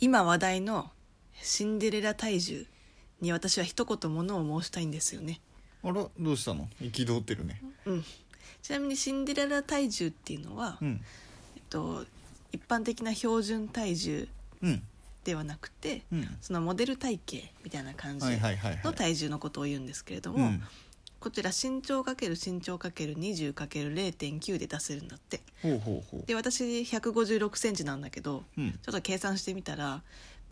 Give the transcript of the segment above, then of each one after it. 今話題のシンデレラ体重に私は一言ものを申したいんですよね。あらどうしたの憤ってるねうん。ちなみにシンデレラ体重っていうのは、うんえっと一般的な標準体重うんではなくて、うんそのモデル体型みたいな感じはいはいはいはのい体重のことを言うんですけれども、うんこちら身長かける身長かける2 0かける0 9で出せるんだって。ほうほうほで私1 5 6センチなんだけど、ううんちょっと計算してみたら、ま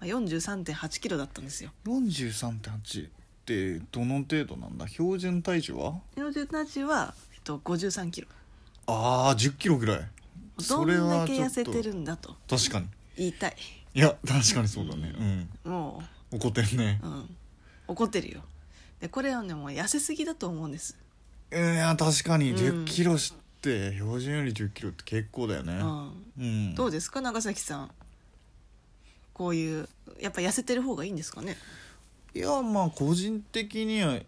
あ、43.8キロだったんですよ。 43.8ってどの程度なんだ標準体重は47は、えっと、53キロああ1 0キロぐらいどんだけち痩ょっとせてるんだと確かに言いたいいや確かにそうだねもうん怒ってるねう、うん、怒ってるよでこれはねもう痩せすぎだと思うんです、いや確かにうん1 0キロして標準より1 0キロって結構だようねん、うんどうですか長崎さんこういうやっぱ痩せてる方がいいんですかねいやまあ個人的には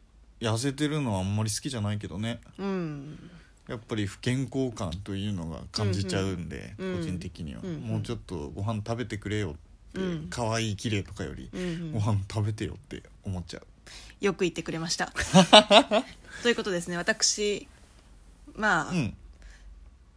痩せてるのはあんまり好きじゃないけどねうんやっぱり不健康感というのが感じちゃうんで、うんうん個人的には、うんうんもうちょっとご飯食べてくれよって、うん可愛い綺麗とかより、うんうんご飯食べてよって思っちゃうよく言ってくれました ということですね私まあ、うん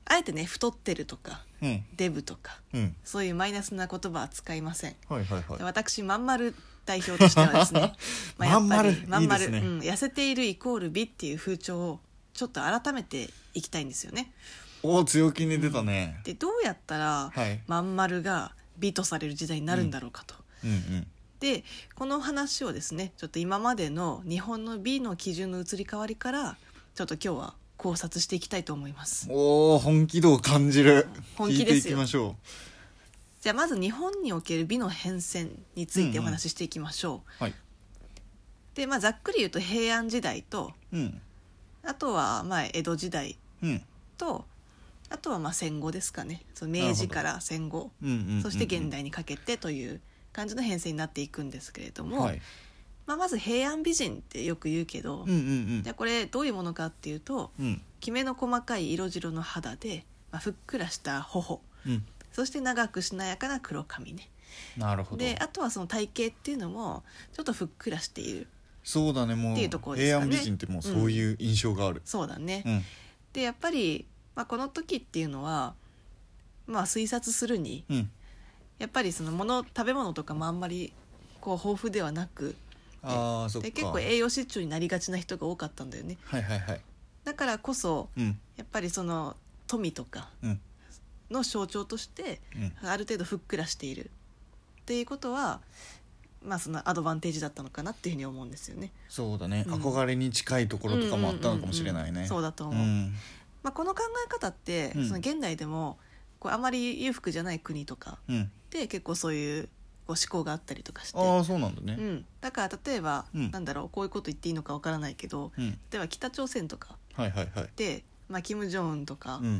あえてね太ってるとかうんデブとかうんそういうマイナスな言葉は使いませんはいはいはい私まんまる代表としてはです ねまあやっぱりままんんままるるいいですねうん、痩せているイコール美っていう風潮をちょっと改めていきたいんですよねおお強気に出たね、でどうやったらはいまんまるが美とされる時代になるんだろうかと、うんうんでこの話をですねちょっと今までの日本の美の基準の移り変わりからちょっと今日は考察していきたいと思いますおお本気度を感じる本気ですよ聞いていきましょじゃあまず日本における美の変遷についてお話ししていきましょう、うはいでまあざっくり言うと平安時代とうんあとはまあ江戸時代うんとあとはまあ戦後ですかねそのなる明ほど治から戦後うんうんうんうんそして現代にかけてという感じの変遷になっていくんですけれども、はいまあ、まず平安美人ってよく言うけど、うんうんうんじゃあこれどういうものかっていうとうんきめの細かい色白の肌で、まあ、ふっくらした頬うんそして長くしなやかな黒髪ねなるほどであとはその体型っていうのもちょっとふっくらしているそうだねもうっていうところです平かね安美人ってもうそういう印象がある、そうだね、うんでやっぱり、まあ、この時っていうのはまあ推察するにうん、やっぱりその物食べ物とかもあんまりこう豊富ではなくああそっかで結構栄養失調になりがちな人が多かったんだよねはいはいはいだからこそうんやっぱりその富とかうんの象徴としてうんある程度ふっくらしているっていうことはまあそのアドバンテージだったのかなっていうふうに思うんですよね。そうだね、うん憧れに近いところとかもあったのかもしれないね、うんうんうんうんそうだと思う。んまあこの考え方ってうんその現代でもこうあまり裕福じゃない国とかうんで結構そういうこう思考があったりとかして。ああそうなんだうねん、だから例えば、うんなんだろうこういうこと言っていいのかわからないけどうん、例えば北朝鮮とかはいはいはいで、まあ、キム・ジョンウンとかうんっ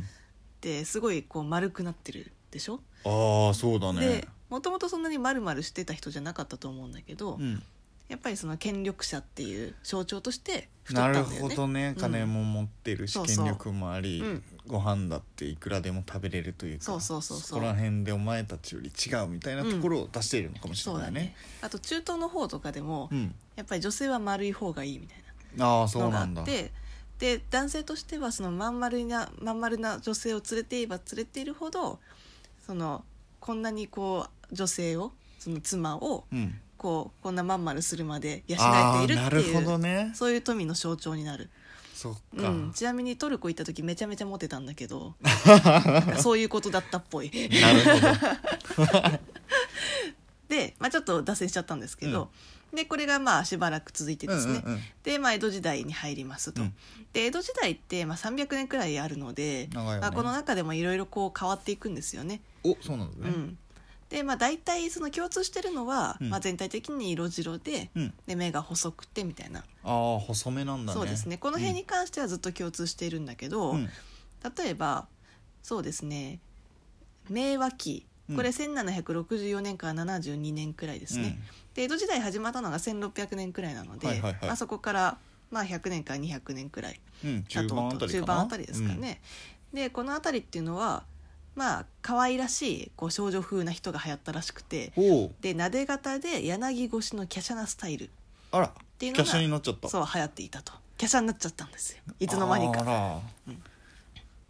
てすごいこう丸くなってるでしょ、ああそうだねでもともとそんなに丸々してた人じゃなかったと思うんだけど、うん、やっぱりその権力者っていう象徴として太なったるんだよほね。どね、うん金も持ってるしそうそう権力もあり、うんご飯だっていくらでも食べれるというかそうそうそうそうこら辺でお前たちより違うみたいなところを出しているのかもしれそうなだいねね,、あと中東の方とかでも、うんやっぱり女性は丸い方がいいみたいああなそのうがなあんだってで男性としてはそのまん丸なまん丸な女性を連れていれば連れているほどそのこんなにこう女性をその妻をうんこうこんなまん丸するまで養あえているあなってるいほう、どねそういう富の象徴になる、そっうか、ん、ちなみにトルコ行った時めちゃめちゃモテたんだけ どなんかそういうことだったっぽいなるほどで、まあ、ちょっと脱線しちゃったんですけど、でこれがまあしばらく続いてですね、うんうんうんで、まあ、江戸時代に入りますと、うんで江戸時代ってまあ300年くらいあるので、長いよねまあ、この中でもいろいろこう変わっていくんですよね。おそうなんだうねん、で、まあ、大体その共通してるのは、うんまあ、全体的に色白でうん、で目が細くてみたいな、ああ細めなんだねそうですねこの辺に関してはずっと共通しているんだけど、うん例えばそうですね明和期これうん1764年から72年くらいですね、で江戸時代始まったのが1600年くらいなので、はいはいはいまあ、そこから、まあ、100年から200年くらいうん、うん、だ中と盤あ思うたりかな中盤あたりですかね、でこの辺りっていうのはまあ可愛らしいこう少女風な人が流行ったらしくておうで撫で型で柳越しの華奢なスタイルあらていうの華が奢になっちゃったそう流行っていたと華奢になっちゃったんですよいつの間にあから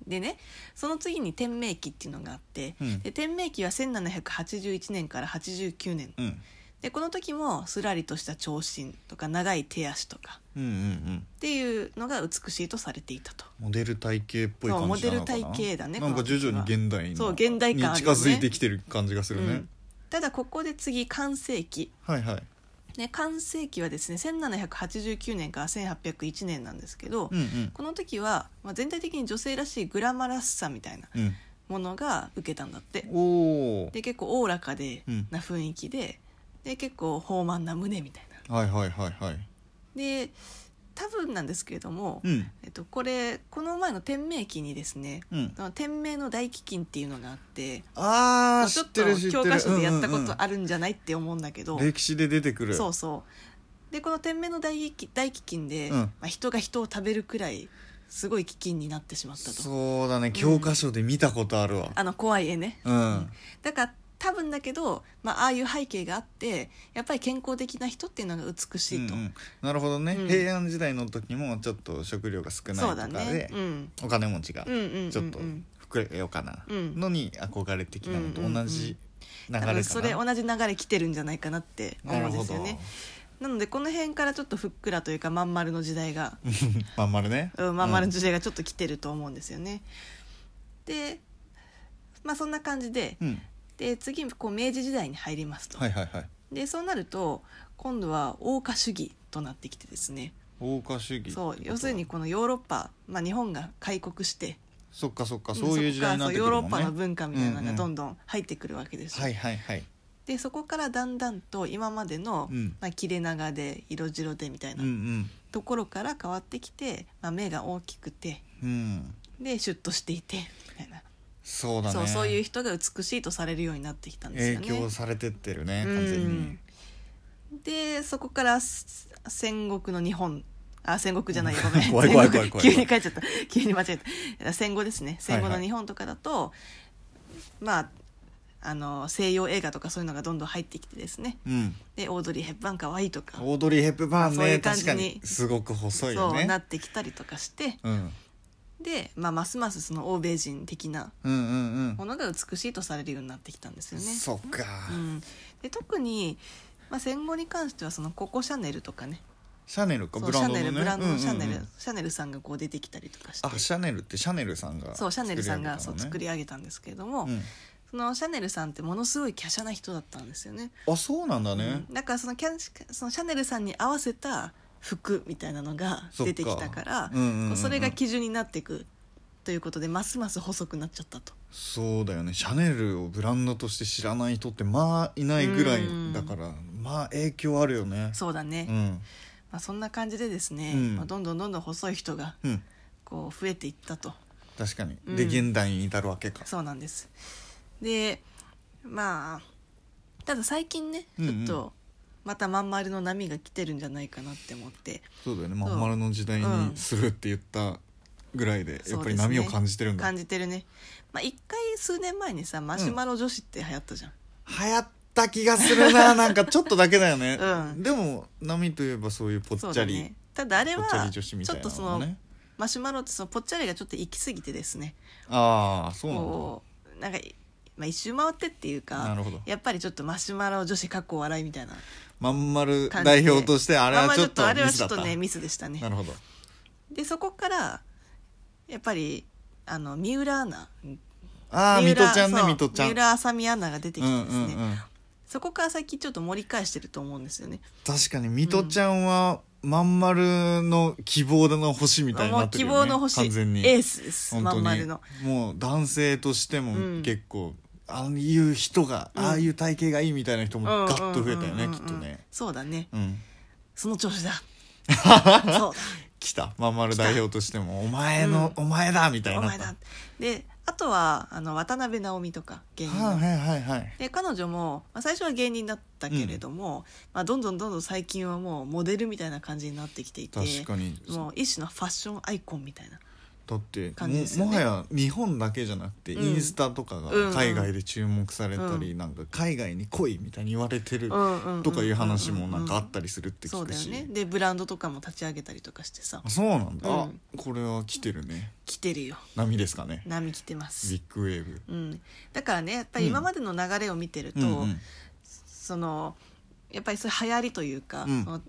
でねその次に天明期っていうのがあって、うんで天明期は1781年から89年うんでこの時もすらりとした長身とか長い手足とかうんうんうんっていうのが美しいとされていたとモデル体型っぽいそう感じなのかなモデル体型だねなんか徐々に現代のそう現代感あにる近よねづいてきてる感じがするね、うんただここで次完成期はいはいね完成期はですね1789年から1801年なんですけど、うんうんこの時は、まあ、全体的に女性らしいグラマラスさみたいなうんものが受けたんだっておおで結構おおらかで、うんな雰囲気でで結構豊満な胸みたいなはいはいはいはいで多分なんですけれども、うんえっと、これこの前の天明期にですねうん天明の大飢饉っていうのがあってあまああち知ょっってとる知って教る科書でやったこうんうんうんとあるんじゃないって思うんだけど、歴史で出てくるそうそうでこの天明の大飢饉大飢饉で、うんまあ、人が人を食べるくらいすごい飢饉になってしまったとそうだね教科書で見たことあるわあの怖い絵ねうん、だから多分だけど、まあ、ああいう背景があってやっぱり健康的な人っていうのが美しいと、うんうんなるほどね、うん平安時代の時もちょっと食料が少ないとそかうだで、ね、うん、お金持ちがうんうんうんうんちょっと膨れようかなうんのに憧れてきたのと同じ流れ多かな、分それ同じ流れ来てるんじゃないかなって思なうるんでほすどよねなのでこの辺からちょっとふっくらというかまん丸の時代が、 まんまるねうん、まん丸の時代がちょっと来てると思うんですよね、でまあそんな感じでうん、うんで次こう明治時代に入りますと、はいはいはいでそうなると今度は欧化主義となってきてですね欧化主義そう要するにこのヨーロッパ、まあ、日本が開国してそっかそっかんそういう時代になってくそるこもからんそうヨーロッパねの文化みたいなのうんうがんどんどん入ってくるわけですよ、はいはいはいでそこからだんだんと今までの、うんまあ、切れ長で色白でみたいうんなところから変わってきて、まあ、目が大きくてうんうんでシュッとしていてみたいなそうだねそうそういう人が美しいとされるようになってきたんです影よね。響されてってるねうん完全にでそこからす戦国の日本あ戦国じゃないよごめん怖い怖い怖い怖い怖い戦国急に書いちゃった急に間違えた戦後ですね戦後はいのはい日本とかだと、まああの西洋映画とかそういうのがどんどん入ってきてですねうんでオードリー・ヘップバーン可愛いとかオードリー・ヘップバーンそういねう感確じにかにすごく細いよそうねなってきたりとかしてうんで、まあ、ますますその欧米人的なうんうんものが美しいとされるようになってきたんですうんよね。そっかうん、で特に、まあ、戦後に関してはそのココ・シャネルとかねシャネルかそうブランドのシャネねルブランドのシャネル、うんうんうんシャネルさんがこう出てきたりとかしてあシャネルってシャネルさんがそうシャネルさんがそう作作りり上げたんですけれども、上げたのねそのシャネルさんってものすごい華奢な人だったんですよね。うんあそうなんだねうんだからそのキャンそのシャネルさんに合わせた服みたいなのが出てきたからそっかうんうんうんうんこうそれが基準になっていくということでますます細くなっちゃったと。そうだよねシャネルをブランドとして知らない人ってまあいないぐらいだからまあ影響あるよねそうだね、うんまあ、そんな感じでですね、うんまあ、どんどんどんどん細い人がうんこう増えていったと。確かにうんで現代に至るわけかそうなんですでまあただ最近ねうんちうょんっとまたまん丸の波が来てるんじゃないかなって思って、そうだよねまん丸の時代にするって言ったぐらいでやっぱり波を感じてるんだ感じてるねまあ一回数年前にさマシュマロ女子って流行ったじゃん、流行った気がす るななんかちょっとだけだよねうんでも波といえばそういうぽっそうちゃだりねただあれぽっちゃはりち女子みょたっいとなそののねマシュマロってそのぽっちゃりがちょっと行き過ぎてですねああそうなんだこうなんか、まあ、一周回ってっていうなかるほどやっぱりちょっとマシュマロ女子かっこ笑いみたいなまん丸感じで代表としてあれまあまはあちょっとあれミはスちょだっったとねミスでしたねなるほどでそこからやっぱりあの三浦アナああ三ミ浦トちゃんねそうミトちゃん三浦あさみアナが出てきうてんですうね、んうんそこから最近ちょっと盛り返してると思うんですよね確かにミトちゃんはまん丸の希望の星みたいになもうってる希よ望ねの星エ完全にースです本ま当んに丸のもう男性としてうんも結構、ああいう人が、うんああいう体型がいいみたいな人もガッと増えたよね、うんうんきっとね、そうだねうん、その調 子だそう来たまんまる代表としてもお前の、お前だみたいだにおな前っただであとはあの渡辺直美とか芸人のはいはいはいはいで彼女も、まあ、最初は芸人だったけれども、まあ、どんどんどんどん最近はもうモデルみたいな感じになってきていて確かにもう一種のファッションアイコンみたいなだって感じですよもねもはや日本だけじゃなくて、うんインスタとかがうんうん海外で注目されたり、うなんか海外に来いみたいに言われてるととかいう話もなんかあったたりするってそ聞うくだよし、ねでブランドとかも立ち上げたりとかしてさあそうなんだ、あうんこれは来てるね来てるよ波ですかね波来てますビッグウェーブうん、だからねやっぱり今までの流れを見てると、うんうんそのやっぱりそういう流行りというか、うんその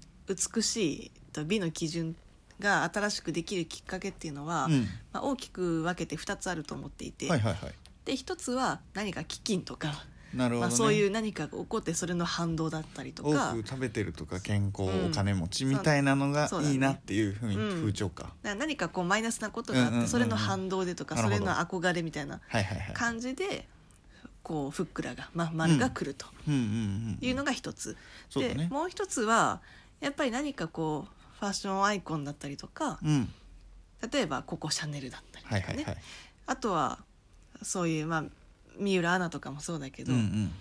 美しいと美の基準が新しくできるきっかけっていうのは、うんまあ、大きく分けて2つあると思っていて、はいはいはいで1つは何か飢饉とか、なるほど、ねまあ、そういう何かが起こってそれの反動だったりと多か。く食べてるとか健康、うんお金持ちみたいなのがそうだねいいなっていうふうにうん風潮か、だから何かこうマイナスなことがあっうんて、うんうんうんそれの反動でとかなるそれほどの憧れみたいなはいはいはい感じでこうふっくらが、まあ、丸が来るとうんうんうんいうのが一つ、そうだで、ねもう一つはやっぱり何かこうファッションアイコンだったりとかうん例えばココシャネルだったりとかはいね、はいはい、あとはそういう、まあ、三浦アナとかもそうだけうど、んうん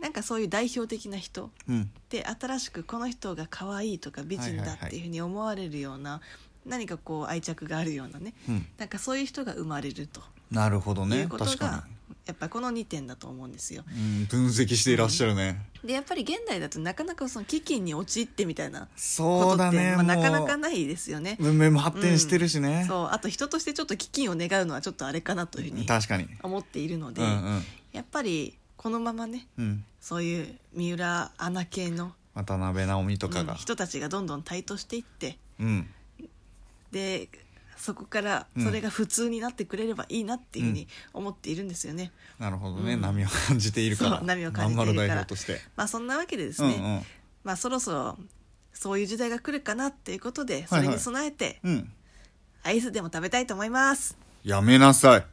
なんかそういう代表的な人うんで新しくこの人が可愛いとか美人だっていうふうに思われるような、何かこう愛着があるようなねうんなんかそういう人が生まれるとなるほどいねうことが、確かやっぱこの2点だと思うんですよ。に、うん、分析していらっしゃるね、でやっぱり現代だとなかなかその飢饉に陥ってみたいなそこうとっだて、まね、あ、もうなかなかないですよね。文明も発展してるしね、そうあと人としてちょっと飢饉を願うのはちょっとあれかなというふうに確かに思っているので、うんうんやっぱりこのままねうんそういう三浦アナ系の、渡辺直美とかうんが人たちがどんどん台頭していってうん、でそこからうんそれが普通になってくれればいいなっていうふうに思っているんですよね。なるほどね、うん波を感じているからそう波を感じているからまんまる代表としてまあそんなわけでですうんね、うんまあそろそろそういう時代が来るかなっていうことではそいれに備えてうんアイスでも食べたいと思います。やめなさい